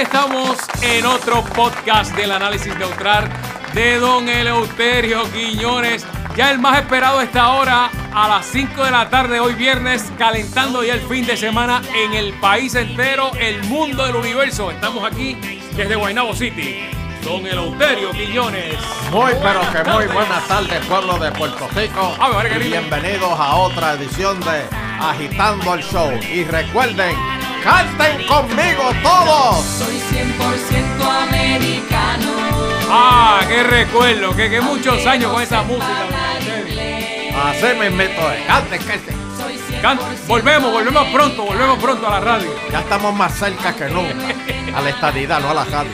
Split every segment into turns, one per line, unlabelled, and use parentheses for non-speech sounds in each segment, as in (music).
estamos en otro podcast del análisis neutral de Don Eleuterio Quiñones. Ya el más esperado a esta hora, a las 5 de la tarde, hoy viernes, calentando ya el fin de semana en el país entero, el mundo del universo. Estamos aquí desde Guaynabo City. Don Eleuterio Quiñones.
Muy, pero que muy buenas tardes, pueblo de Puerto Rico.
A ver,
Y
querido.
bienvenidos a otra edición de Agitando el Show. Y recuerden, canten conmigo todos.
Soy 100% americano.
Ah, qué recuerdo, que, que muchos
Aunque
años
no
con esa
sepa
música.
hablar
Eleuterio.
inglés.
Así me meto, canten, canten.
Soy 100%
Canta. Volvemos, volvemos pronto, volvemos pronto a la radio.
Ya estamos más cerca que nunca. A la estadidad, no a
(laughs)
la radio.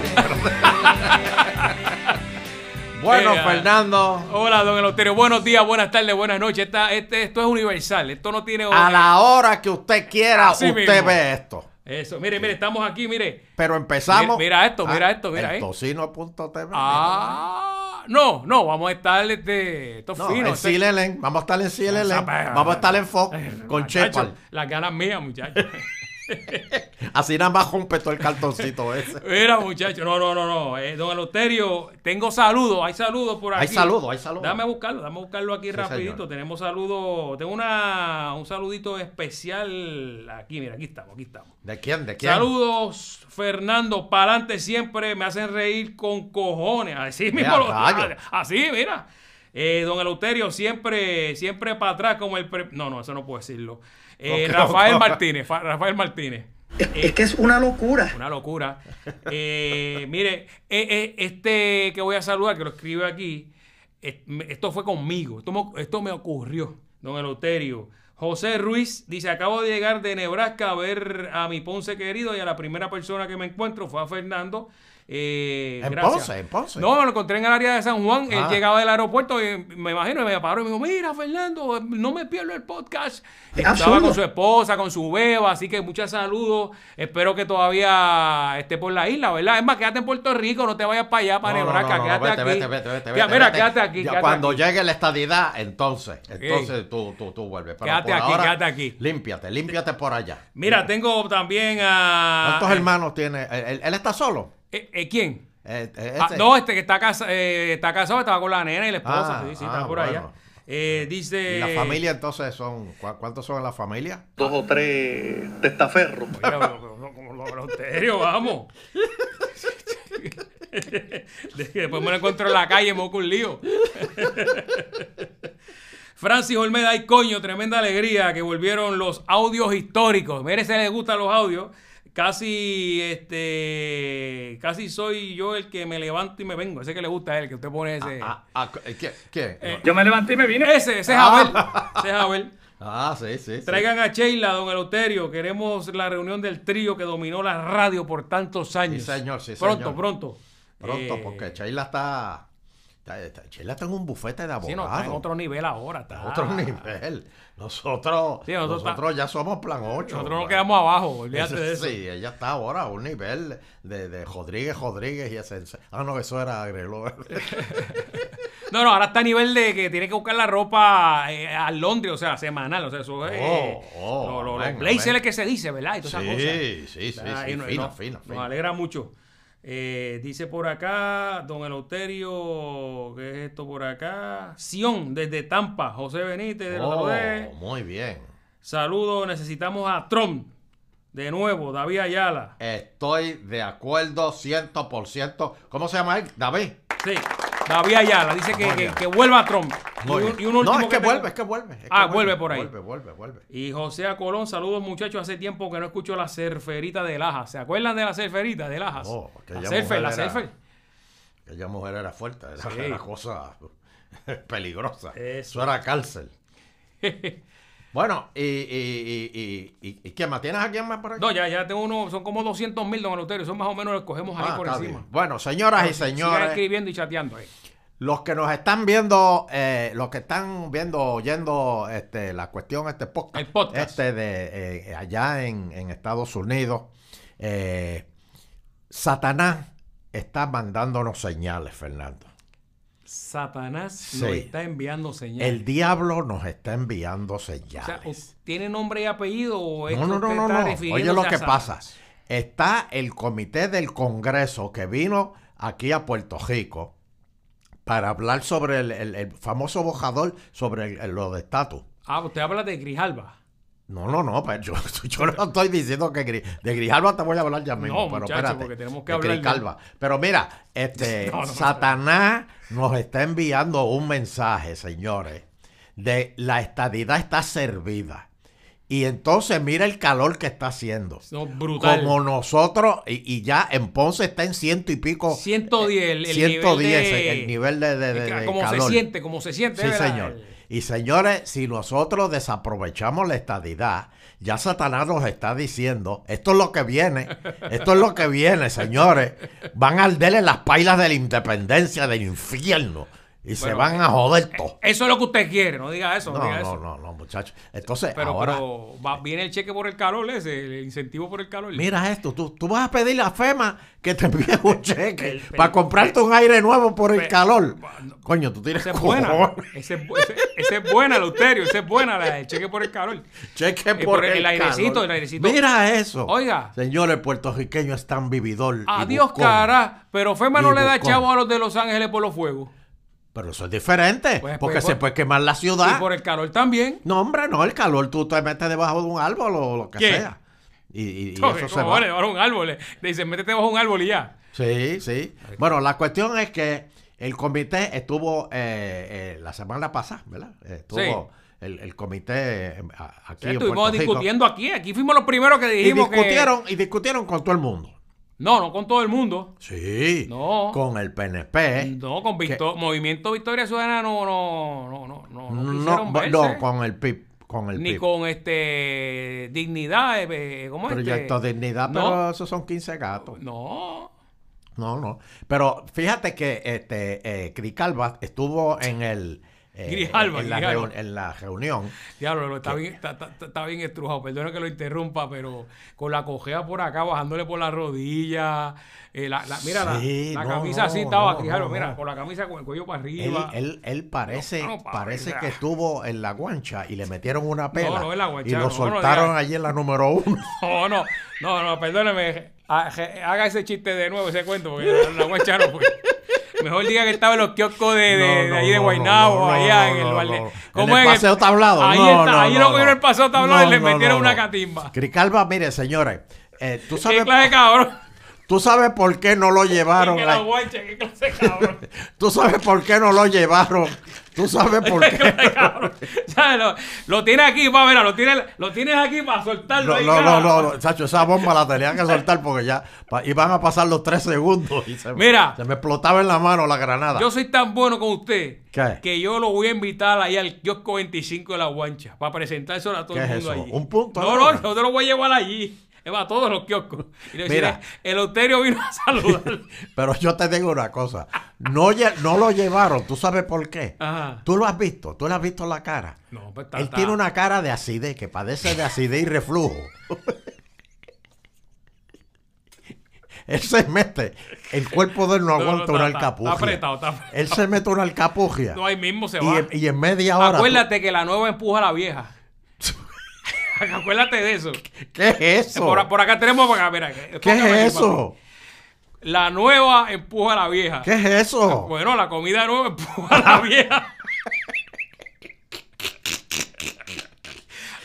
bueno,
Mira.
Fernando,
Hola, don Eleuterio. Buenos días, buenas tardes, buenas noches. Esta- este, esto es universal. Esto no tiene.
a la hora que usted quiera,
Así
usted
mismo.
ve esto.
Eso, mire, mire, estamos aquí, mire.
Pero empezamos. Ah,
Mira- mira esto, mira esto, mira,
el
eh.
Tocino.tv.
Ah, no, no, vamos a estar este. Esto es
No,
fino.
en
esto-
CLN, vamos a estar en CLN,
Esa perra.
vamos a estar en Fox con
eh, Muchacho,
Chepal.
Las ganas mías, muchachos.
Así nada más rompe todo
(laughs)
el cartoncito ese.
Mira, muchachos. No, no, no, no. Eh, don Eleuterio, tengo saludos. Hay saludos por aquí.
Hay saludos, hay saludos.
Dame a buscarlo, dame a buscarlo aquí rapidito.
señor.
Tenemos saludos. Tengo una, un saludito especial aquí. Mira, aquí estamos, aquí estamos.
¿De quién? ¿De quién?
Saludos, Fernando. Pa'lante siempre me hacen reír con cojones. Así mismo.
Mira,
lo-
rayo.
(laughs) así, mira. Eh, don Eleuterio, siempre, siempre para atrás como el... pre- No, no, eso no puedo decirlo. Eh,
Ok, (laughs)
Rafael
ok.
Martínez, Fa- Rafael Martínez.
Es, es que es una locura.
Una locura. Eh, mire, eh, eh, este que voy a saludar, que lo escribe aquí, es- me- esto fue conmigo, esto me, esto me ocurrió, don Eleuterio. José Ruiz dice, acabo de llegar de Nebraska a ver a mi Ponce querido y a la primera persona que me encuentro fue a Fernando. Eh,
En
gracias.
Ponce, en Ponce.
No, me lo encontré en el área de San Juan.
Ah.
Él llegaba del aeropuerto y me imagino y me paró y me dijo, mira Fernando, no me pierdo el podcast.
Es
Estaba
absurdo.
con su esposa, con su beba, así que muchos saludos. Espero que todavía esté por la isla, ¿verdad? Es más, quédate en Puerto Rico, no te vayas para allá, para
No, no,
Nebraska,
no, no,
quédate
vete,
aquí.
vete, vete, vete,
Ya,
vete,
mira,
vete.
quédate aquí,
Ya
quédate
cuando
aquí.
llegue la estadidad, entonces, entonces tú, tú, tú vuelves. Pero
Quédate
por
aquí,
ahora,
quédate aquí.
Límpiate, límpiate por allá.
Mira, eh, tengo también a...
¿Cuántos hermanos tiene? ¿Él, él- él está solo?
Eh, eh, ¿Quién?
Eh, eh,
Ah,
ese-
no, este que está, casa- eh, está casado, estaba con la nena y la esposa,
Ah,
sí, sí,
ah,
está por allá.
bueno.
Eh, dice...
¿Y la familia entonces son? cua- ¿Cuántos son en la familia?
Dos o tres testaferros.
Mira, lo- lo- lo- como lo- lo- serio, vamos. De- Después me lo encuentro en la calle, me busco un lío. Francis Olmeda y coño, tremenda alegría que volvieron los audios históricos. Mire, se les gustan los audios. Casi, este, casi soy yo el que me levanto y me vengo. Ese que le gusta a él, que usted pone ese.
Ah, ah, eh, ¿Quién? ¿Quién?
Eh,
Yo me levanté y me vine.
Ese, ese es Abel. Ese es Abel.
ah, sí, sí. sí.
Traigan a Sheila, don Eleuterio. Queremos la reunión del trío que dominó la radio por tantos años.
Sí, señor, sí,
Pronto,
señor.
pronto.
Pronto,
Eh,
porque Sheila está, está, está- Sheila está en un bufete de abogados.
Sí, no, está en otro nivel ahora.
Está
Está
a otro nivel. Nosotros,
Sí, nosotros
nosotros, ya somos plan 8.
Nosotros nos quedamos abajo, olvídate de eso.
(laughs) Sí, ella está ahora a un nivel de, de Rodríguez, Rodríguez y ese. Ah, no, eso
(laughs)
era Agrelo.
No, no, ahora está a nivel de que tiene que buscar la ropa eh, a Londres, o sea, semanal. O sea, eso es. eh,
Oh, oh,
lo- lo- los
amén,
blazers
amén.
que se dice, ¿verdad? Y todas esas cosas.
sí, sí, sí, sí,
¿verdad? Y Ah, no- y
fina,
no-
fina,
Nos
fina.
alegra mucho. Eh, dice por acá, don Eleuterio, ¿qué es esto por acá? Sion, desde Tampa, José Benítez, de
Oh,
saludé.
muy bien.
Saludos, necesitamos a Trump. De nuevo, David Ayala.
Estoy de acuerdo 100%. ¿Cómo se llama él? David.
Sí, David Ayala. Dice que,
Muy
que,
bien.
que vuelva Trump. Y
Muy
un-
bien.
y un último
no, es que,
tengo-
vuelve, es que vuelve. es que
Ah, vuelve por ahí.
Vuelve, vuelve, vuelve.
Y José A. Colón, saludos muchachos. Hace tiempo que no escucho la cerferita de Lajas. ¿Se acuerdan de la cerferita de Lajas?
No, aquella
la cerfer,
Oh, mujer
la
era-
cerfer.
Aquella mujer era fuerte, era
Sí.
una cosa (laughs) peligrosa. Eso.
Eso. (laughs)
era cárcel. bueno, y, y, y, y, y- y ¿quién más? ¿Tienes a quién más por ahí?
No, ya, ya tengo uno, son como 200 mil, don Eleuterio. Son más o menos los cogemos ahí
Ah,
por
está
encima.
bien. Bueno, señoras y
Sigan
señores,
escribiendo y chateando. eh.
los que nos están viendo, eh, los que están viendo, oyendo este, la cuestión, este podcast,
El podcast.
este de eh, allá en, en Estados Unidos, eh, Satanás está mandándonos señales, Fernando.
Satanás
Sí.
nos está enviando señales.
El diablo nos está enviando
O sea,
señales.
¿tiene nombre y apellido o es
No,
que
no, no,
usted
no,
está
no. Oye
refiriéndose
lo
a
que
Satanás?
pasa. Está el comité del Congreso que vino aquí a Puerto Rico para hablar sobre el, el- el famoso bojador sobre el- el- lo de estatus.
Ah, usted habla de Grijalba.
No, no, no, pues yo, (laughs) yo no estoy diciendo que Gri- de Grijalva te voy a hablar ya
No,
mismo, pero
muchacho,
espérate.
porque tenemos que
de
hablar de-
Grijalva. Pero mira, este
(laughs) No, no, no.
Satanás nos está enviando un mensaje, señores, de la estadidad está servida. Y entonces mira el calor que está haciendo.
No, brutal.
Como nosotros, y, y ya en Ponce está en ciento y pico.
110, el, el
110,
nivel de-
el nivel de, de- de- de
como
calor.
se siente, como se siente.
Sí,
¿verdad?
señor. Y señores, si nosotros desaprovechamos la estadidad, ya Satanás nos está diciendo, esto es lo que viene, esto es lo que viene, señores. Van a arderle las pailas de la independencia del infierno y se
Bueno,
van a joder todo.
Eso es lo que usted quiere, no diga eso, no,
No,
diga eso.
no, no, no, muchachos. Entonces,
Pero,
ahora,
pero va- viene el cheque por el calor ese, el incentivo por el calor.
mira esto, tú, tú vas a pedirle a FEMA que te envíe
(laughs)
un cheque
El- el-
para comprarte un aire nuevo por el
Pe-
calor.
Bueno,
Coño, tú tienes
Esa
que (laughs)
es buena. Esa es, bu- esa- esa es buena, Luterio. Esa es buena, la del cheque por el calor.
Cheque
Eh,
por,
por el
el,
airecito,
calor.
el airecito.
Mira eso.
Oiga.
Señor, el puertorriqueño es tan vividor. y
Adiós,
buscón.
cara. Pero FEMA no
Y
le da
buscón.
chavo a los de Los Ángeles por los fuegos.
Pero eso es diferente.
Pues,
porque
pues,
se
por-
puede quemar la
Y
ciudad.
por el calor también.
No, hombre, no. El calor tú te metes debajo de un árbol o lo que
¿Qué?
sea. Y, y- y
Oye,
eso se
cojones,
va.
bajo un árbol. eh. Le dicen, métete bajo un árbol y ya.
Sí, sí. Bueno, la cuestión es que el comité estuvo eh, eh, la semana pasada, ¿verdad? Eh, Estuvo el, el comité eh, a- aquí en
Estuvimos
Puerto Rico.
discutiendo aquí. Aquí fuimos los primeros que
Y
dijimos que-
discutieron, y discutieron con todo el mundo.
No, no con todo el mundo.
Sí.
No.
Con el PNP.
No, con Victo- Movimiento Victoria Ciudadana no, no, no, no, no, no
No,
quisieron
bo-
verse.
no, con el PIB. Con el
ni
PIB.
con este dignidad, eh, eh, ¿cómo es?
Proyecto
Este?
Dignidad,
no.
pero esos son 15 gatos.
No.
No, no. Pero fíjate que este, eh, Cricalba estuvo en el. eh,
Grijalva,
en, la
Grijalva.
reu- en la reunión.
Diablo, lo- está bien, está, está- está- está bien estrujado, perdona que lo interrumpa, pero con la cojea por acá, bajándole por la rodilla, eh, la, la- mira, la-
Sí,
la,
no,
camisa
no,
así estaba
no,
aquí, Jaro,
no,
mira,
no.
con la camisa con el cuello para
Él,
arriba.
él, él parece,
No, no, papi,
parece
ya.
que estuvo en la guancha y le metieron una pela.
no, en la guancha,
y
no,
lo
no,
soltaron
ya.
allí en la número uno.
No, no, no, no, perdóneme, ha- je- haga ese chiste de nuevo, ese cuento, porque la, la guancha no fue. Mejor diga que estaba en los kioscos (laughs) de, de,
No,
de
no,
ahí de
no,
Guaynabo,
no, no,
allá
no,
en el
no,
balde-
no.
¿Cómo
En el
es?
paseo tablado.
Ahí
no,
está,
no,
ahí
no,
lo cogieron
no.
el paseo tablado y
No,
le
no,
metieron
no,
una
no.
catimba.
Cricalba, mire, señores, eh, tú
¿Qué
sabes
clase de cabrón?
¿Tú sabes por qué no
(laughs)
lo llevaron?
Que la
a-
guancha, qué clase de cabrón.
¿Tú sabes por qué no lo llevaron? ¿Tú sabes por
(laughs)
qué?
¿Sabes? Lo, lo tienes aquí para ver, lo tienes, lo tienes aquí para soltarlo.
No,
ahí,
no,
cara.
no, no, no, Chacho, esa bomba la tenían que soltar porque ya pa- iban a pasar los tres segundos y se, me-
Mira.
se me explotaba en la mano la granada.
Yo soy tan bueno con usted
¿Qué?
que yo lo voy a invitar ahí al kiosco 25 de la guancha para presentárselo a todo
¿Qué
el
es
mundo
eso?
allí.
¿Un punto Ah.
No,
de
no,
hora?
yo te lo voy a llevar allí. Es para todos los kioscos. Y le
Mira.
Mira. el Euterio "Eh, vino a
(laughs)
saludar.
Pero yo te digo una cosa, no, lle- no lo llevaron, ¿tú sabes por qué?
Ajá.
Tú lo has visto, tú le has visto la cara.
No, pues está-
Él
está-
tiene una cara de acidez, que padece de acidez y reflujo. (laughs) él se mete, el cuerpo de él no
No, no,
aguanta
está-
una
está-
alcapugia.
está apretado, está apretado.
Él se mete una alcapugia.
No, ahí mismo se
y,
va.
en- y en media hora. tú-
Acuérdate que la nueva empuja a la
(laughs)
vieja. (laughs) Acuérdate de eso.
¿Qué es eso?
Por, por acá tenemos para acá, mira,
¿Qué
póngame aquí,
es eso?
papi. La nueva empuja a la vieja.
¿Qué es eso?
Bueno, la comida nueva empuja a
(laughs)
la vieja.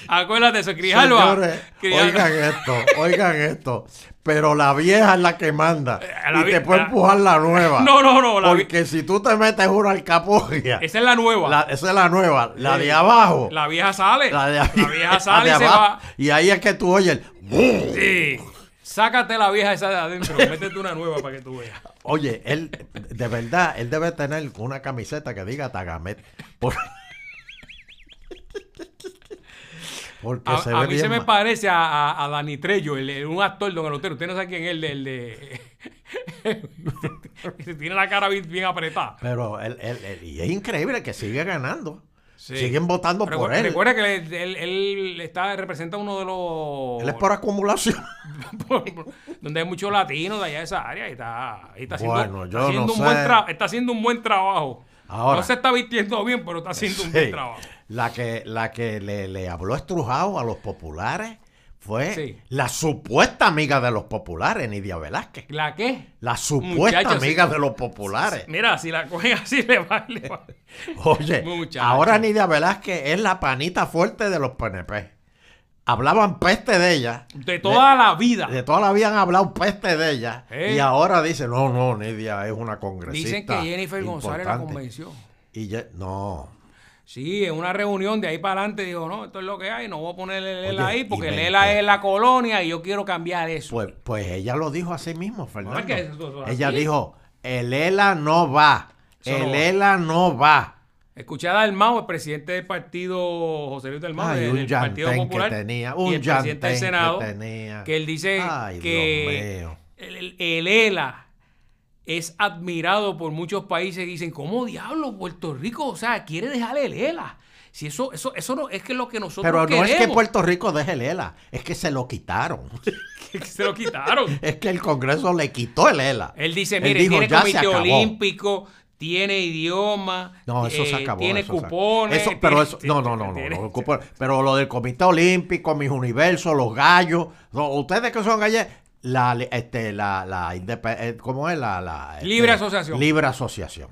Acuérdate de eso, Grijalva.
Señores,
Grijalva.
oigan esto, oigan esto. Pero la vieja es la que manda.
Eh, la
y te
vie-
puede
la-
empujar la nueva.
No, no, no, la vie-
porque si tú te metes una alcapugia,
Esa es la nueva.
la-
La,
esa es la nueva. La
Sí.
de abajo.
vieja sale. La,
la de ahí-
vieja
(laughs) la
sale
de
y se
abajo.
va.
Y ahí es que tú oyes. el-
Sí. Sácate la vieja esa de adentro. Métete una nueva para que tú veas.
Oye, él, de verdad, él debe tener una camiseta que diga Tagamet. (laughs) por- Porque
A,
se
a
ve
mí
bien
se me
mal.
parece a, a, a Dani Trello, el, el- un actor, don Elotero. Usted no sabe quién es el de. El de... que (laughs) tiene la cara bien, bien apretada.
Pero él, él- él- y es increíble que sigue ganando.
Sí.
Siguen votando
Recu-
por él.
Recuerda que él, él- él está, representa uno de los.
Él
(laughs)
es por acumulación.
donde hay muchos latinos de allá de esa área y está, y está haciendo,
Bueno,
está
yo
haciendo
no
un buen
sé.
tra- está haciendo un buen trabajo.
Ahora.
no se está vistiendo bien, pero está haciendo un
Sí.
buen trabajo.
La que, la que le, le habló estrujado a los populares fue
Sí.
la supuesta amiga de los populares, Nidia Velázquez.
¿La qué?
La supuesta
Muchachos,
amiga
sí.
de los populares.
Mira, si la cogen así, (laughs) le va. le va. (laughs)
Oye,
Muchachos.
ahora Nidia Velázquez es la panita fuerte de los PNP. Hablaban peste de ella.
De toda la vida.
De toda la vida han hablado peste de ella.
Eh.
Y ahora dice, no, no, Nidia es una congresista.
Dicen que Jennifer González la
importante".
convenció.
Y Ye- no.
Sí, en una reunión de ahí para adelante dijo, no, esto es lo que hay, no voy a ponerle Lela
Oye,
ahí porque
y me-
Lela es la colonia y yo quiero cambiar eso.
Pues, pues ella lo dijo así mismo, Fernando.
es que eso es
ella
así.
dijo, el ELA no va.
Eso no
el
va.
ELA no va.
Escuché a Dalmau, el presidente del partido, José Luis Dalmau,
Ay,
del,
un
del Partido
llantén que
Popular,
tenía,
y
un
el presidente del
llantén que
Senado,
tenía.
que él dice
Ay,
que
Dios mío.
el, el- el ELA es admirado por muchos países y dicen, ¿cómo diablo Puerto Rico? O sea, quiere dejar el ELA. Si eso, eso, eso no, es que lo que nosotros
Pero no
queremos.
es que Puerto Rico deje el ELA, es que se lo quitaron.
(laughs)
(laughs)
que se lo quitaron.
es que el Congreso le quitó el ELA.
Él dice,
Él
mire,
dijo,
tiene
"Ya se
comité
acabó".
olímpico, tiene idioma,
No, eso se
eh,
acabó.
tiene
eso se acabó.
cupones. (laughs)
Eso- pero
tiene-
eso, no, no, no, no,
(laughs) tiene-
no, los cupones. Pero lo del Comité Olímpico, mis universos, los gallos, no, ustedes que son galles, la, li- este, la, la, indepe- eh, ¿cómo es? La, la, este,
Libre asociación.
Libre asociación.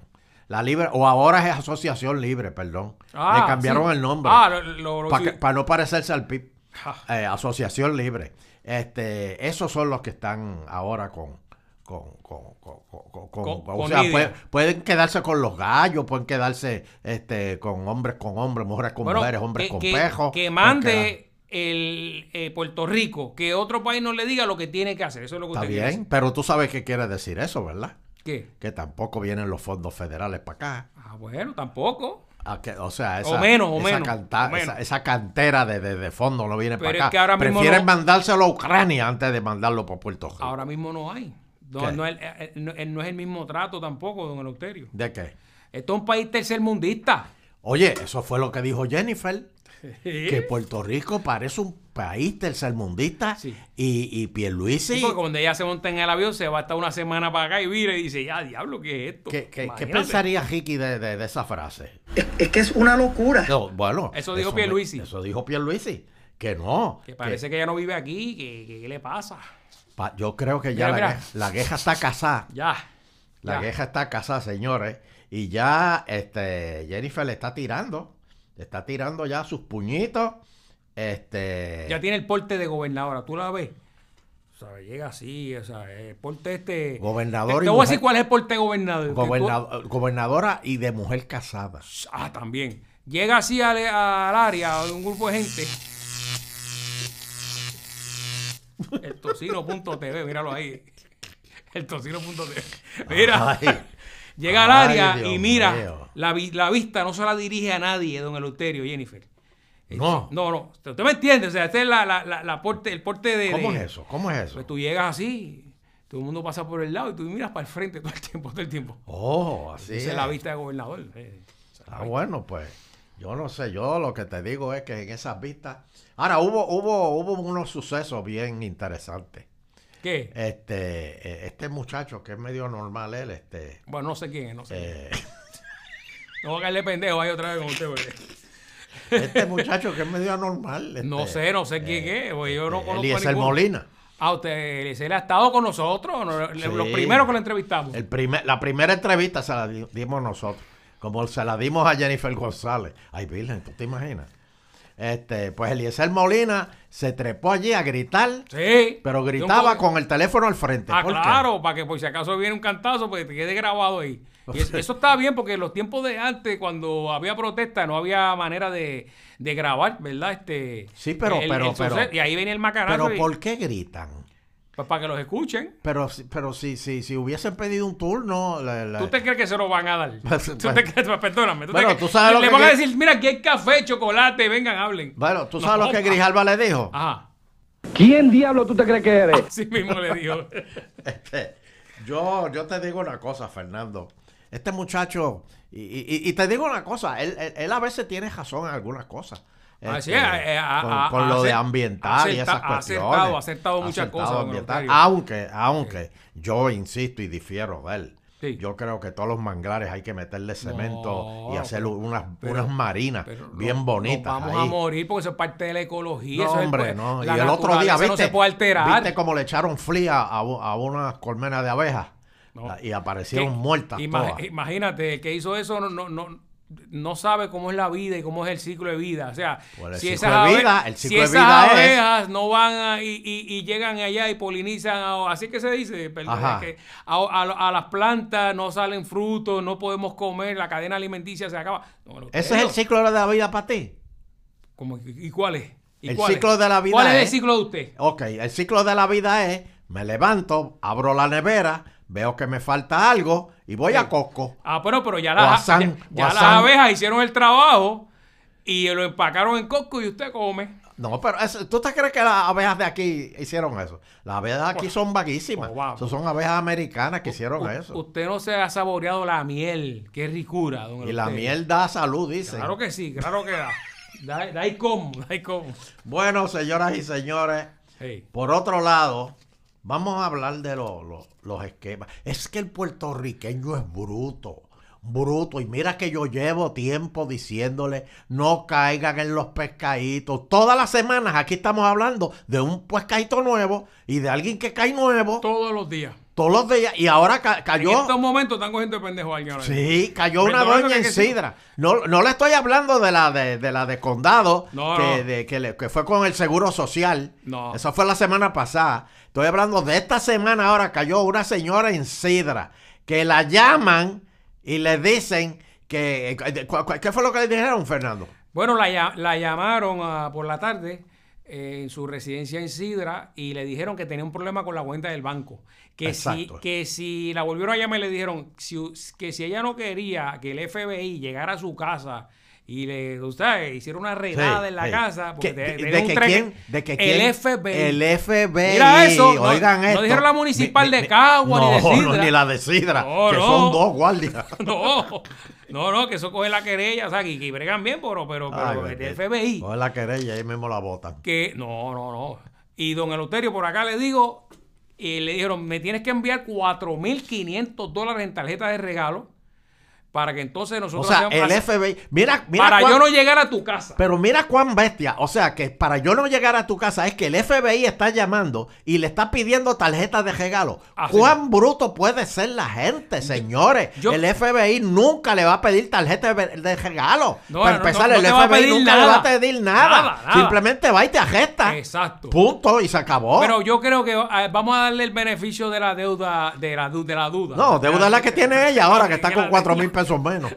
La libre, o ahora es asociación libre, perdón.
Ah,
Le cambiaron
sí.
el nombre.
Ah, lo- lo- lo-
Para no parecerse al PIB.
Ah.
Eh, asociación libre. Este, esos son los que están ahora con. Con, con, con- con- con-
Con-
o
con
sea,
Lidia.
pueden, pueden quedarse con los gallos, pueden quedarse este, con hombres con hombres, mujeres con
Bueno,
mujeres, hombres
que-
con
que-
pejos.
Que
pueden quedar-
mande el eh, Puerto Rico, que otro país no le diga lo que tiene que hacer. Eso es lo que
Está
usted
bien, pero tú sabes qué quiere decir eso, ¿verdad?
quiere decir. ¿Qué?
Que tampoco vienen los fondos federales para acá.
Ah, bueno, tampoco.
A que- o sea, esa,
O menos, o
esa
menos,
canta-
o menos.
Esa, esa cantera de, de, de fondo no viene
Pero
para
es
acá.
que ahora mismo
Prefieren
no-
mandárselo a Ucrania antes de mandarlo para Puerto Rico.
Ahora mismo no hay. No,
¿Qué?
no, es, eh, no- eh, no es el mismo trato tampoco, don Eleuterio.
¿De qué?
Esto es un país tercermundista.
Oye, eso fue lo que dijo Jennifer.
¿Eh?
Que Puerto Rico parece un país tercermundista
Sí.
y, y Pierluisi.
Sí, porque cuando ella se monta en el avión, se va hasta una semana para acá y vira y dice, ya, diablo, ¿qué es esto?
¿Qué, qué- qué
Imagínate.
pensaría Ricky de, de- de esa frase?
Es, es que es una locura.
No, bueno,
(laughs) Eso dijo
me-
Pierluisi.
Eso dijo Pierluisi. Que no.
Que parece que ella no vive aquí, que, que- ¿qué le pasa.
que pa- yo creo que
Mira,
ya la,
mira.
gueja- la gueja está casada.
Ya.
La
ya.
gueja está casada, señores. Y ya este, Jennifer le está tirando. Le está tirando ya sus puñitos. Este,
Ya tiene el porte de gobernadora, tú la ves. O sea, llega así, o sea, el porte este.
Gobernador
Te,
y
te voy a decir
mujer.
cuál es el porte de gobernador.
gobernado- gobernadora y de mujer casada.
Ah, también. Llega así al, al área de un grupo de gente. El tocino.tv, míralo ahí. El tocino.tv. Mira. (laughs)
Ay.
Llega al
Ay,
área
Dios
y mira,
mío.
la, vi- la vista no se la dirige a nadie, don Eleuterio, Jennifer.
No.
No, no. Usted me entiende, o sea, este es la, la- la- la porte, el porte de.
¿Cómo
de-
es eso? ¿Cómo es eso?
Pues tú llegas así, todo el mundo pasa por el lado y tú miras para el frente todo el tiempo, todo el tiempo.
Oh, así.
Esa
es.
es la vista de gobernador. eh. Esa es la
Ah,
vista.
bueno, pues yo no sé, yo lo que te digo es que en esas vistas. Ahora hubo hubo hubo unos sucesos bien interesantes.
¿Qué?
Este eh, este muchacho que es medio normal él este
Bueno, no sé quién es, no sé. quién es. (laughs)
eh,
No voy a caerle pendejo ahí otra vez con usted, porque-
este muchacho que es medio anormal. este,
No sé, no sé quién es, porque yo no
eh,
conozco a
Eliezer
ninguno.
Molina.
Ah, usted se le ha estado con nosotros, no, le-
Sí.
los primeros que lo entrevistamos.
El primer, la primera entrevista se la di- dimos nosotros, como se la dimos a Jennifer González. Ay, Virgen, ¿tú te imaginas? Este, pues Eliezer Molina se trepó allí a gritar,
Sí. De
pero
un
gritaba
co-
con el teléfono al frente.
Ah,
¿Por qué?
claro, para que por si acaso viene un cantazo, pues te quede grabado ahí. Y
(laughs)
es- eso está bien porque en los tiempos de antes, cuando había protesta, no había manera de, de grabar, ¿verdad? Este,
Sí, pero- pero- pero-
suceso. y ahí venía el macanazo.
Pero
y-
¿por qué gritan?
Pues para que los escuchen.
Pero, si- pero si, si, si hubiesen pedido un turno... la- la-
¿Tú te crees que se lo van a
(laughs)
dar?
Pues,
¿Tú
pues-
te crees? (laughs) Perdóname. ¿tú te
Bueno,
crees-
tú sabes lo
le
que
van a
que-
decir, mira, aquí hay café, chocolate, vengan, hablen.
Bueno, ¿tú
No,
sabes lo que
ah,
Grijalva le dijo?
(laughs) Ajá,
¿Quién diablo tú te crees que eres?
sí mismo le
(laughs)
dijo.
Este, yo, yo te digo una cosa, Fernando. Este muchacho, y, y- y te digo una cosa, él, él- él a veces tiene razón en algunas cosas.
Así
Este,
es, eh, a-
con
a-
con
a-
lo de
acer-
ambiental y
acerta-
esas
ha
cuestiones.
acertado- ha acertado muchas cosas, don
ambiental,
Eleuterio.
aunque, aunque yo insisto y difiero de él.
Sí.
Yo creo que todos los manglares hay que meterle cemento
No,
y hacer
pero-
unas,
pero-
unas marinas
Pero
bien
nos-
bonitas.
nos vamos
ahí.
a morir porque eso es parte de la ecología.
No,
eso es el-
hombre, no. Y
la
el otro
naturaleza
día, ¿viste?
No se puede alterar.
¿Viste cómo le echaron fría a, u- a unas colmenas de abejas?
No.
La- Y
Que-
aparecieron muertas
ima- eh,
todas.
Imagínate, el que hizo eso no, no, no, no sabe cómo es la vida y cómo es el ciclo de vida. O sea,
Bueno, el
si
ciclo
esas,
de
abe-
vida- el
si
ciclo de
esas
vida es-
abejas no van a- y, y- y llegan allá y polinizan, a- así que se dice, perdón,
Ajá.
es que a, a- a las plantas no salen frutos, no podemos comer, la cadena alimenticia se acaba. No, no,
¿Ese es el
creo.
ciclo de la vida para ti?
Como- ¿Y cuál es? ¿Y
El
cuál es?
ciclo de la vida
¿Cuál es el
es-
ciclo de usted?
Ok, el ciclo de la vida es, me levanto, abro la nevera, veo que me falta algo y voy
Sí.
a Costco.
Ah, pero, pero ya,
O
las,
a San-
ya, ya
o a
las
San-
abejas hicieron el trabajo y lo empacaron en coco y usted come.
No, pero eso- ¿tú te crees que las abejas de aquí hicieron eso? Las abejas de aquí son vaguísimas.
Pues vamos.
Eso son abejas americanas que hicieron
U-
eso.
Usted no se ha saboreado la miel. Qué ricura, don
y la
Eleuterio.
miel da salud, dicen.
Claro que sí, claro que da. Da, da y como, da y como.
Bueno, señoras y señores,
Hey.
Por otro lado, vamos a hablar de lo- lo- los esquemas. Es que el puertorriqueño es bruto, bruto. Y mira que yo llevo tiempo diciéndole, no caigan en los pescaditos. Todas las semanas aquí estamos hablando de un pescadito nuevo y de alguien que cae nuevo
Todos los días.
todos los días. Y ahora ca-
En
cayó...
estos momentos están cogiendo de pendejo a alguien ahora mismo.
Sí, cayó una
Perdóname
doña en
que sí.
Sidra. No, no le estoy hablando de la de, de la de condado,
No,
que,
no.
de- que, le- que fue con el seguro social.
No.
Eso fue la semana pasada. Estoy hablando de esta semana ahora. Cayó una señora en Sidra que la llaman y le dicen que. eh, cu- cu- ¿Qué fue lo que le dijeron, Fernando?
Bueno, la, lla- la llamaron ah, por la tarde eh, en su residencia en Sidra y le dijeron que tenía un problema con la cuenta del banco. Que, si,
Exacto.
que si la volvieron a llamar, le dijeron si u- que si ella no quería que el FBI llegara a su casa y le usted, hicieron una redada
Sí,
en la
sí.
casa. porque
Que-
te-
de,
te
de
un
que
tren-
quién, de que quién-
El FBI.
El FBI.
Mira eso, no-
Oigan
no
esto.
dijeron la municipal de Cagua, ni de
no, no,
Sidra.
ni la de Sidra.
No,
que
no.
son dos guardias.
(laughs) No, no, no, que eso coge la querella, o sea, que, que bregan bien, pero, pero, pero
Ay,
el
bendito.
FBI.
Coge la querella y ahí mismo la botan.
que no, no, no. Y don Eleuterio, por acá le digo, y le dijeron, me tienes que enviar 4.500 dólares en tarjeta de regalo para que entonces
O
nosotros...
sea,
hacemos-
el
hace-
FBI. Mira, mira.
para
cuán-
yo no llegar a tu casa.
Pero mira cuán bestia. O sea, que para yo no llegar a tu casa es que el FBI está llamando y le está pidiendo tarjetas de regalo.
Así
cuán bruto puede ser la gente, señores.
yo-
el FBI nunca le va a pedir tarjeta de, de regalo.
No,
para
no, no,
empezar,
no
el
te va a
FBI
pedir
nunca le
nada.
va a pedir nada.
Nada, nada.
Simplemente va y te arresta.
Exacto.
Punto y se acabó.
Pero yo creo que eh, vamos a darle el beneficio de la deuda, de la, du- de la duda.
no, deuda es la que tiene ella ahora, que está con
la-
4 mil pesos menos.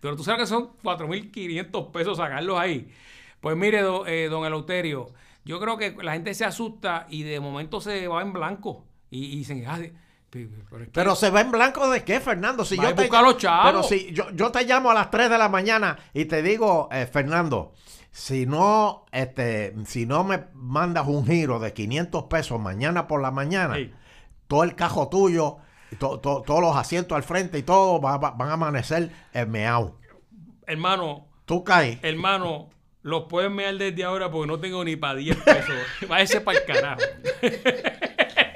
Pero (laughs) tú sabes que son 4.500 pesos sacarlos ahí. Pues mire, do- eh, don Eleuterio, yo creo que la gente se asusta y de momento se va en blanco. Y, y dicen, ah, de- pe- pero es que-
Pero se va en blanco de qué, Fernando? Si
Va
yo
y
te
busca a los chavos.
Pero si yo, yo te llamo a las 3 de la mañana y te digo, eh, Fernando, si no, este, si no me mandas un giro de 500 pesos mañana por la mañana,
Sí.
todo el cajo tuyo, to- to- todos los asientos al frente y todo va- va- van a amanecer en meao.
hermano,
Tú caes.
hermano, los pueden mear desde ahora porque no tengo ni para 10 pesos. (laughs) Váyase para el carajo.
Eh,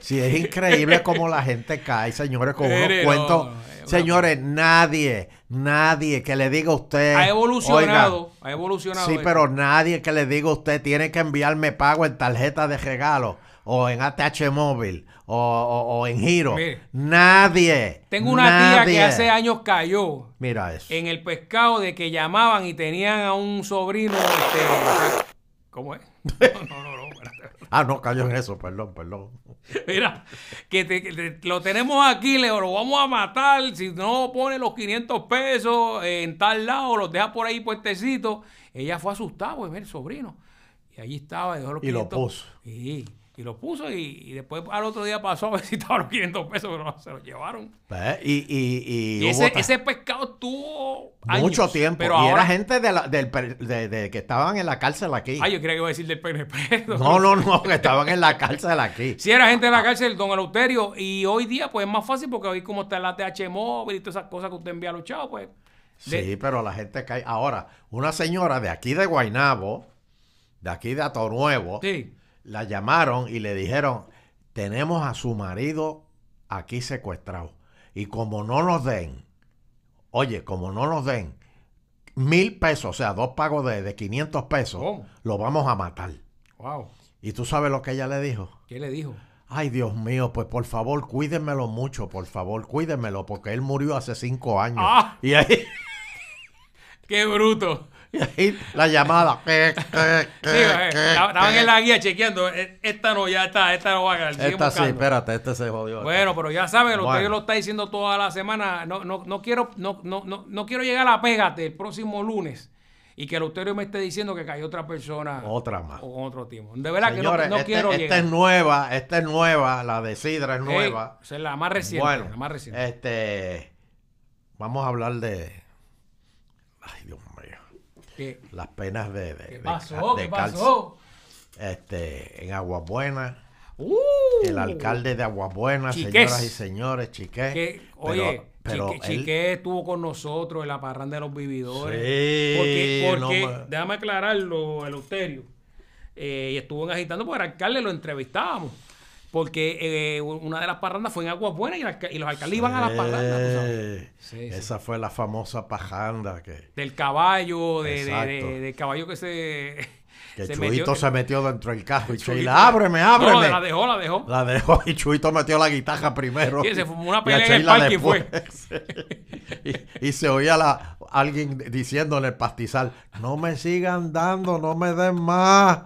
Si es
(laughs)
increíble cómo la gente cae, señores, con unos
Mire, no,
cuentos.
es eh, una-
Señores, nadie, nadie que le diga a usted.
Ha
"Oiga,
evolucionado, ha evolucionado.
Sí,
esto.
pero nadie que le diga a usted tiene que enviarme pago en tarjeta de regalo o en ATH móvil o, o- o en giro.
Mire.
nadie.
Tengo una tía que
nadie.
hace Eh. años cayó
Mira eso.
en el pescado de que llamaban y tenían a un sobrino. Este, ¿Cómo es? (laughs) No, no, no, no, espérate.
Ah, no, cayó en eso, perdón, perdón.
Mira, que te- que te- lo tenemos aquí, le lo vamos a matar. Si no pone los 500 pesos en tal lado, los deja por ahí puestecito. Ella fue asustada, pues, el sobrino. Y allí estaba, dejó los
Y lo puso.
Sí, y lo puso y, y después al otro día pasó a ver si estaban los 500 pesos, pero no, se los llevaron.
Ve, Eh, Y, y, y
Y,
hubo
ese,
ta-
ese pescado estuvo años,
mucho tiempo.
Pero
y
ahora,
era gente de la- del per- de- de que estaban en la cárcel aquí.
Ay, yo creía que iba a decir del (laughs) PNP.
no, no, no, que estaban en la cárcel
(laughs)
aquí.
Si era gente de la cárcel, don Eleuterio, y hoy día pues es más fácil porque hoy como está el ATH móvil y todas esas cosas que usted envía a los chavos, pues... de-
Sí, pero la gente cae. Ahora, una señora de aquí de Guainabo, de aquí de Atonuevo,
Sí.
la llamaron y le dijeron, tenemos a su marido aquí secuestrados. Y como no nos den, oye, como no nos den mil pesos, o sea, dos pagos de, de 500 pesos,
¿Cómo?
lo vamos a matar.
Wow.
¿Y tú sabes lo que ella le dijo?
¿Qué le dijo?
Ay, Dios mío, pues por favor, cuídenmelo mucho, por favor, cuídenmelo, porque él murió hace cinco años.
¡Ah!
(laughs) Y, ahí,
¡Qué bruto!
y ahí la llamada.
Sí, eh, estaban en la guía chequeando. eh, Esta no, ya está, esta no va a ganar. siguen
Esta sí,
buscando.
espérate, este se jodió.
Bueno, pues. pero ya saben, el
Bueno.
ustedes lo está diciendo toda la semana. No, no, no quiero, no, no, no, no quiero llegar a la pégate el próximo lunes y que el uterio me esté diciendo que cayó otra persona
Otra más.
o con otro tipo. De verdad
Señores,
que no, no
este-
quiero
esta
llegar.
es nueva, esta es nueva, la de Sidra es
Ey,
nueva.
esa es la más reciente.
bueno,
la más reciente.
este, vamos a hablar de, ay Dios mío,
¿Qué,
las penas de, de-
qué
de
pasó?
ca- de
¿Qué
cárcel.
pasó?
Este, en Aguabuena,
Uh,
el alcalde de Aguabuena,
Chiqués.
señoras y señores, Chiqué.
que,
pero-
oye,
pero
Chique,
él-
Chiqué estuvo con nosotros en la parranda de los vividores.
Sí,
porque, porque
no me-
déjame aclararlo, Eleuterio. Eh, y estuvo en agitando por alcalde, lo entrevistábamos. Porque eh, una de las parrandas fue en Aguas Buenas y, el alca- y los alcaldes iban a las parrandas, tú sabes.
Eh,
Sí,
Esa fue la famosa pajanda que,
Del caballo, de, de- de-
Exacto.
del caballo que se. (laughs)
que
se
Chuito
metió-
se metió dentro del carro y
Chuito-
Sheila, ábreme, ábreme.
No, la dejó, la dejó.
La dejó y Chuito metió la guitarra primero.
Sí, se fumó una
Y a
pelea en el
Sheila
parque y fue.
después. (laughs) y, y se oía la, alguien diciéndole el pastizal, no me sigan dando, no me den más.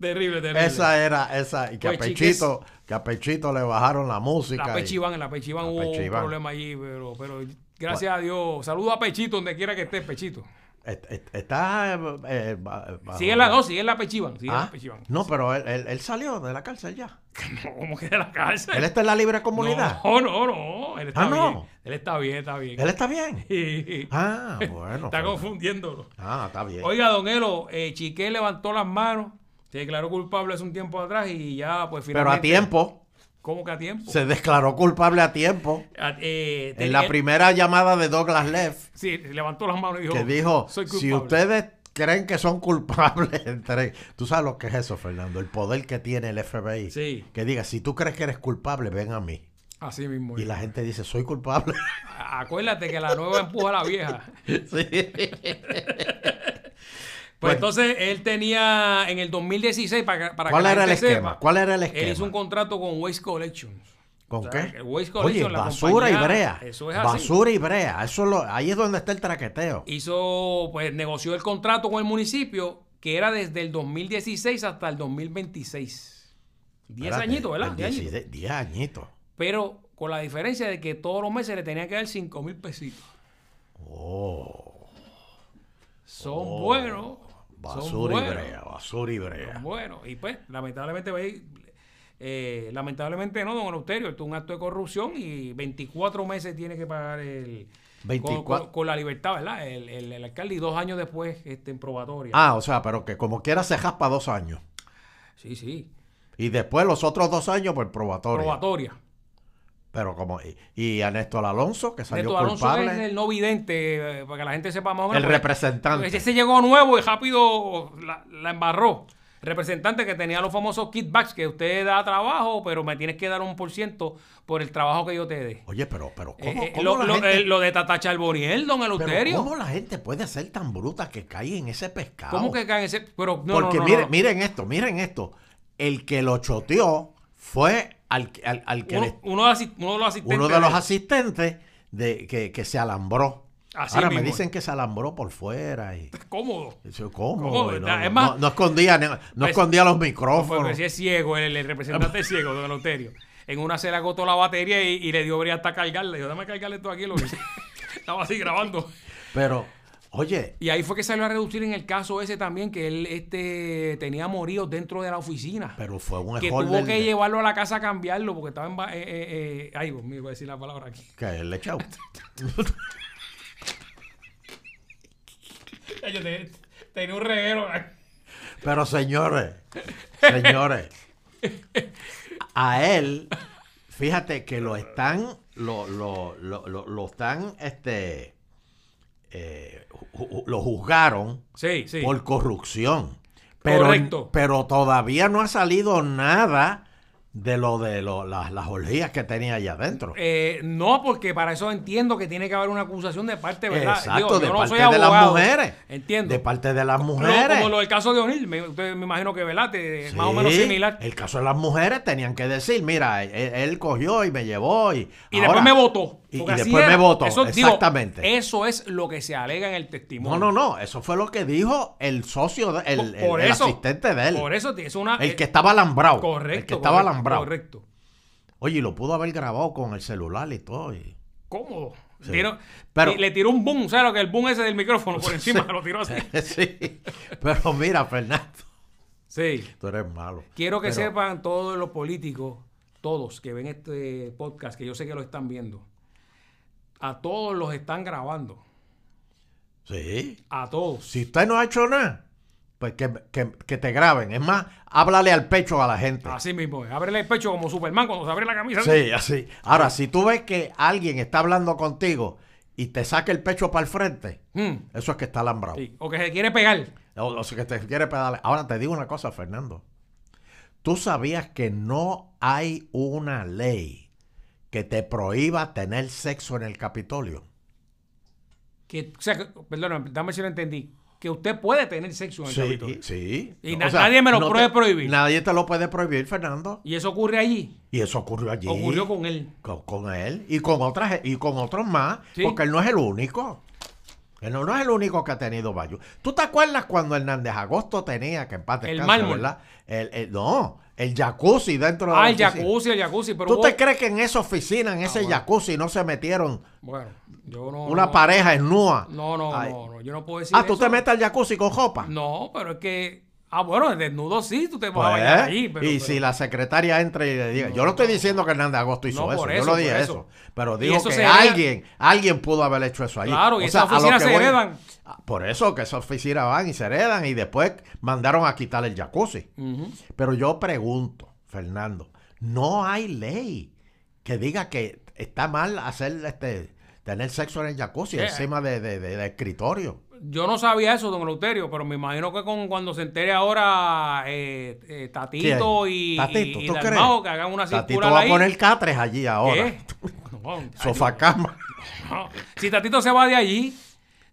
Terrible, terrible.
Esa era, esa, y que a
Pues,
Pechito, que a Pechito le bajaron la música.
La
y-
Pechiván, en la Pechiván
La
hubo un
Pechiván.
problema allí, pero, pero gracias a Dios. Saludo a Pechito donde quiera que esté, Pechito.
est- est- está... eh, eh, ba- bajo-
Sigue la, no, sigue en la Pechiván. Sigue en
Ah,
la (laughs) Pechiván.
No, pero él, él- él salió de la cárcel ya.
¿Cómo que de la cárcel?
Él está en la libre comunidad.
No, no, no. Él está
Ah,
bien.
no.
Él está bien, está bien.
Él está bien.
(laughs) Sí.
Ah, bueno.
está
pues-
confundiéndolo.
Ah, está bien.
Oiga, don Elo, eh, Chiqué levantó las manos, se declaró culpable hace un tiempo atrás y ya, pues
pero a
finalmente.
tiempo.
¿Cómo que a tiempo?
Se declaró culpable a tiempo.
A- eh,
En
ten-
la
él-
primera llamada de Douglas Leff,
Sí, levantó las manos y dijo:
que dijo,
Soy
si
culpable".
ustedes creen que son culpables, (laughs) entre... tú sabes lo que es eso, Fernando, el poder que tiene el FBI.
Sí.
Que diga, si tú crees que eres culpable, ven a mí.
Así mismo.
Y la gente dice, soy culpable. (laughs)
Acuérdate que la nueva empuja a la vieja.
Sí.
Pues
Bueno.
entonces él tenía en el 2016 para, que- para
¿Cuál
que la
era el
gente
esquema?
sepa,
¿Cuál era el
Él hizo
esquema?
un contrato con Waste Collections.
¿Con
O sea,
qué?
el Waste
Oye,
Collection, la
basura
compañía,
y brea.
eso es así.
basura y brea. Eso es lo- ahí es donde está el traqueteo.
Hizo, pues negoció el contrato con el municipio que era desde el 2016 hasta el 2026. 10
Espérate,
añitos, ¿verdad?
el
10 añitos.
16 Diez añitos.
Pero con la diferencia de que todos los meses le tenían que dar 5 mil pesitos.
Oh,
Son buenos.
basura
son
y
buenos.
brea, basura y brea.
Bueno, y pues, lamentablemente, ve- eh, lamentablemente no, don Eleuterio, esto es un acto de corrupción y 24 meses tiene que pagar el... con-
24.
Con, con la libertad, ¿verdad? El, el- el alcalde y dos años después este, en probatoria.
Ah, o sea, pero que como quiera se jaspa dos años.
Sí, sí.
Y después los otros dos años por probatorio.
Probatoria.
Pero como... Y, y a Néstor Alonso, que salió
Neto Alonso
culpable.
es el no vidente, eh, para que la gente sepa más o menos.
El
porque-
representante.
porque Ese llegó nuevo y rápido la, la embarró. Representante que tenía los famosos kickbacks que usted da trabajo, pero me tienes que dar un por ciento por el trabajo que yo te dé.
Oye, pero, pero
Eh,
¿cómo,
eh,
cómo
lo,
la
lo-
gente-
eh, lo de Tata Charboniel, don
pero
Eleuterio.
cómo la gente puede ser tan bruta que cae en ese pescado?
¿Cómo que caen ese? Pero no,
Porque
no, no,
miren,
no, no.
miren esto, miren esto. El que lo choteó fue al, al- al que
Uno,
le-
uno de los asi- uno de los asistentes.
uno de los
él.
asistentes de, que, que se alambró.
Así
Ahora me
mismo.
dicen que se alambró por fuera y
Cómodo.
eso, ¿cómo?
¿Cómo?
Y No,
Es
no-
más-
no- no escondía, ni- no,
Pues-
escondía los
Porque
micrófonos.
si es ciego, el, el representante es ciego, don Eleuterio. En una se le agotó la batería y, y le dio brea hasta cargarle. Dijo, dame cargarle esto aquí. Lo que... (laughs) Estaba así grabando.
Pero, oye,
Y ahí fue que salió a reducir en el caso ese también, que él este, tenía moríos dentro de la oficina.
pero fue un
que
error
tuvo
del-
que llevarlo a la casa a cambiarlo porque estaba en... ba- eh, eh, eh, Ay, Dios mío, voy a decir la palabra aquí.
que le echó.
Ya Yo te- tenía un reguero.
Pero señores, señores, a él, fíjate que lo están, lo, lo, lo, lo- lo están, este, eh, ju- ju- lo juzgaron
Sí, sí.
por corrupción. Pero,
Correcto.
pero todavía no ha salido nada de lo de lo- las, las orgías que tenía allá adentro.
Eh, no, porque para eso entiendo que tiene que haber una acusación de parte, ¿verdad?
Exacto,
Digo,
de
yo no
parte
soy
de las
abogado,
mujeres.
Entiendo.
De parte de las
Lo-
mujeres.
como lo del caso de O'Neill, me, usted- me imagino que, ¿verdad? Te- Más o menos
Sí,
similar.
El caso de las mujeres tenían que decir, mira, él, él cogió y me llevó y...
Y
ahora-
después me votó.
Y, y
porque así
después me
era.
votó,
Eso, digo,
exactamente.
eso es lo que se alega en el testimonio.
no, no, no, eso fue lo que dijo el socio, de- el, el- el asistente de él.
Por eso es una. eh,
el que estaba alambrado.
Correcto.
El que estaba
correcto,
alambrado.
Correcto.
Oye, y lo pudo haber grabado con el celular y todo. y- (laughs)
Cómodo.
Sí.
Tiro-
Pero-
y le tiró un boom, ¿sabes lo que? El boom ese del micrófono
(laughs)
por encima lo tiró así.
sí. Pero mira, Fernando,
Sí.
tú eres malo.
Quiero que
Pero-
sepan todos los políticos, todos que ven este podcast, que yo sé que lo están viendo. A todos los están grabando.
Sí.
A todos.
Si usted no ha hecho nada, pues que, que- que te graben. Es más, háblale al pecho a la gente.
Así mismo. es. Ábrele el pecho como Superman cuando se abre la camisa.
Sí, así. Ahora, si tú ves que alguien está hablando contigo y te saca el pecho para el frente,
Mm,
eso es que está alambrado.
sí. O que se quiere pegar.
O, o sea, que te quiere pedales. Ahora te digo una cosa, Fernando. Tú sabías que no hay una ley que te prohíba tener sexo en el Capitolio.
Que, o sea, que- perdóname, dame si lo entendí. Que usted puede tener sexo en el Capitolio.
sí.
Y na- nadie me lo puede
te-
prohibir.
Nadie te lo puede prohibir, Fernando.
Y eso ocurre allí.
Y eso ocurrió allí.
Ocurrió con él.
con, con él y con otras y con otros más,
Sí.
porque él no es el único. Él no, no es el único que ha tenido Bayou. ¿Tú te acuerdas cuando Hernández Agosto tenía que en paz
El
descanse,
mármol.
¿verdad? El, el- no, el jacuzzi dentro de
Ah,
la
el
oficina.
jacuzzi, el jacuzzi. Pero
¿Tú
hubo- Ah,
te crees que en esa oficina, en ese
bueno.
jacuzzi, no se metieron
Bueno, yo no.
una
no,
pareja en nua?
No, no,
Ay.
no, no, Yo no puedo decir.
Ah, ¿tú
eso.
te metes al jacuzzi con ropa?
No, pero es que. Ah, bueno, desnudo sí, tú te vas
Pues,
a bañar ahí. Pero,
y
pero-
si la secretaria entra y le diga, yo no estoy diciendo que Hernández Agosto hizo
No,
eso,
por
yo
eso,
no
por
dije eso.
eso.
pero
Y
digo
eso
que
se hereda-
alguien, alguien pudo haber hecho eso allí.
Claro, y esas
a lo
oficinas
que
se
voy-
heredan.
Por eso que esas oficinas van y se heredan y después mandaron a quitar el jacuzzi.
Ujú.
Pero yo pregunto, Fernando, no hay ley que diga que está mal hacer este tener sexo en el jacuzzi
Eh.
encima de, de- de- de escritorio.
Yo no sabía eso, don Eleuterio, pero me imagino que con cuando se entere ahora eh, eh, Tatito
¿Quién?
y,
Tatito,
y- y
¿tú crees?
Dalmao, que hagan una
Tatito
circular
va
ahí.
a poner catres allí ahora.
¿Qué? (laughs) No,
Sofacama.
(laughs) ay, no. Si Tatito se va de allí,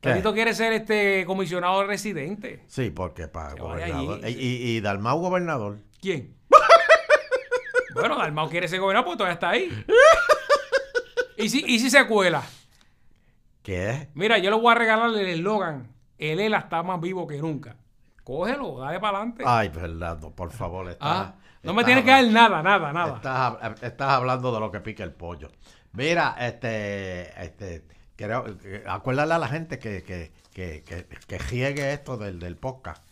¿Qué?
Tatito quiere ser este comisionado residente.
Sí, porque para
Que vaya
gobernador.
allí.
Y, y, y Dalmau gobernador. (laughs)
¿Quién? bueno, Dalmao quiere ser gobernador porque todavía está
(laughs)
ahí. ¿Y si, y si se cuela?
¿Qué es?
Mira, yo le voy a regalar el eslogan. El ELA está más vivo que nunca. Cógelo, dale para adelante.
Ay, Fernando, por favor. estás-
Ah, no me
estás
tienes que dar
hablando-
nada, nada, nada.
Estás, eh, estás hablando de lo que pica el pollo. Mira, este, este, creo, eh, acuérdale a la gente que, que, que, que, que riegue esto del, del podcast.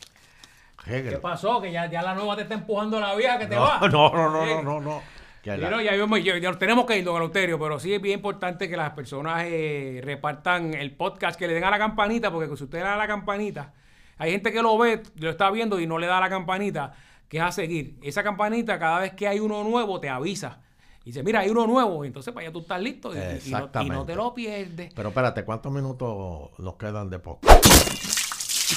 ¿Qué
Rieguelo.
pasó? Que ya, ya la nueva te está empujando la vieja que te
No,
va.
(laughs) no, no, no,
Sí.
no, no, no. Que la-
Pero ya, yo, me- yo- ya tenemos que ir, don Eleuterio, pero sí es bien importante que las personas eh, repartan el podcast, que le den a la campanita, porque si usted le da a la campanita, hay gente que lo ve, lo está viendo y no le da a la campanita, que es a seguir. Esa campanita, cada vez que hay uno nuevo, te avisa. Y dice, mira, hay uno nuevo, y entonces para allá tú estás listo y, y no- y no,
Exactamente.
te lo pierdes. (laughs)
Pero espérate, ¿cuántos minutos nos quedan de podcast?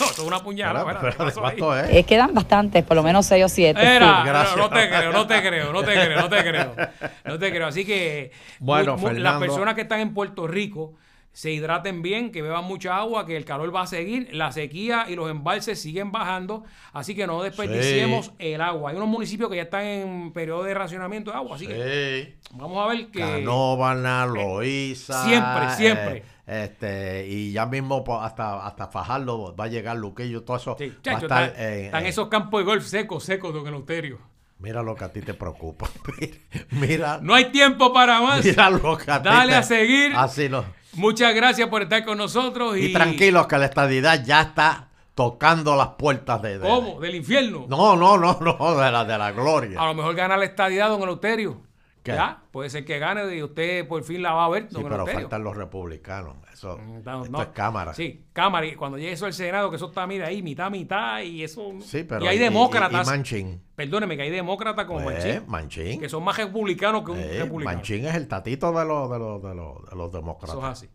No, esto es una puñalada.
Espérate,
espérate, ¿qué
espérate,
pasó ahí?
¿Cuánto
Eh,
es?
quedan bastantes, por lo menos 6 o 7.
Era,
gracias.
no, no te creo, no te creo, no te creo, no te creo.
(laughs)
No te creo. Así que
Bueno,
las
Fernando.
personas que están en Puerto Rico se hidraten bien, que beban mucha agua, que el calor va a seguir, la sequía y los embalses siguen bajando, así que no desperdiciemos
Sí.
el agua. Hay unos municipios que ya están en periodo de racionamiento de agua, así que
Sí.
vamos a ver que
Canóvana, Loíza.
siempre, siempre.
eh, este, y ya mismo po- hasta, hasta Fajardo va a llegar Luquillo, todo eso.
Sí,
va a
chacho,
estar,
están,
eh,
están
eh,
esos campos de golf secos, secos, don Eleuterio.
Mira lo que a ti te preocupa. (laughs) mira,
No hay tiempo para más.
(laughs) mira lo que a ti
Dale
te-
a seguir.
Así lo-
Muchas gracias por estar con nosotros. Y,
Y tranquilos que la estadidad ya está tocando las puertas de. de-
¿Cómo? Ah, ¿Del infierno?
No, no, no, no, de la, de la gloria.
A lo mejor gana la estadidad, don Eleuterio.
¿Qué?
Ya, puede ser que gane y usted por fin la va a ver,
sí,
don
pero
Eleuterio.
faltan los republicanos. Eso,
Mm, no,
esto
no.
es cámara.
Sí, cámara. Y cuando llegue eso al Senado, que eso está, mira, ahí mitad, mitad, y eso...
Sí, pero.
y hay
y- y-
demócratas,
Y, Manchín.
perdóneme, que hay demócratas como
Pues,
Manchín,
Manchín.
que son más republicanos que un
Eh,
republicano.
Manchín es el tatito de los de los de los de los
Eso es
demócratas.
así.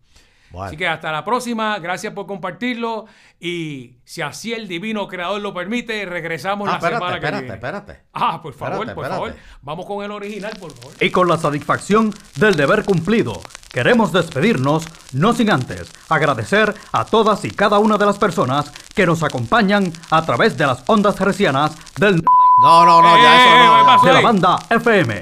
Bueno.
Así que hasta la próxima. Gracias por compartirlo. Y si así el divino creador lo permite, regresamos
Ah,
la
espérate,
semana que
espérate,
viene.
espérate.
Ah, por favor,
Espérate,
por
espérate.
favor. Vamos con el original, por favor.
Y con la satisfacción del deber cumplido, queremos despedirnos, no sin antes agradecer a todas y cada una de las personas que nos acompañan a través de las ondas hercianas del
No, no, no, ya
Eh,
eso no.
eh,
ya.
pasó
de la
ahí.
banda FM.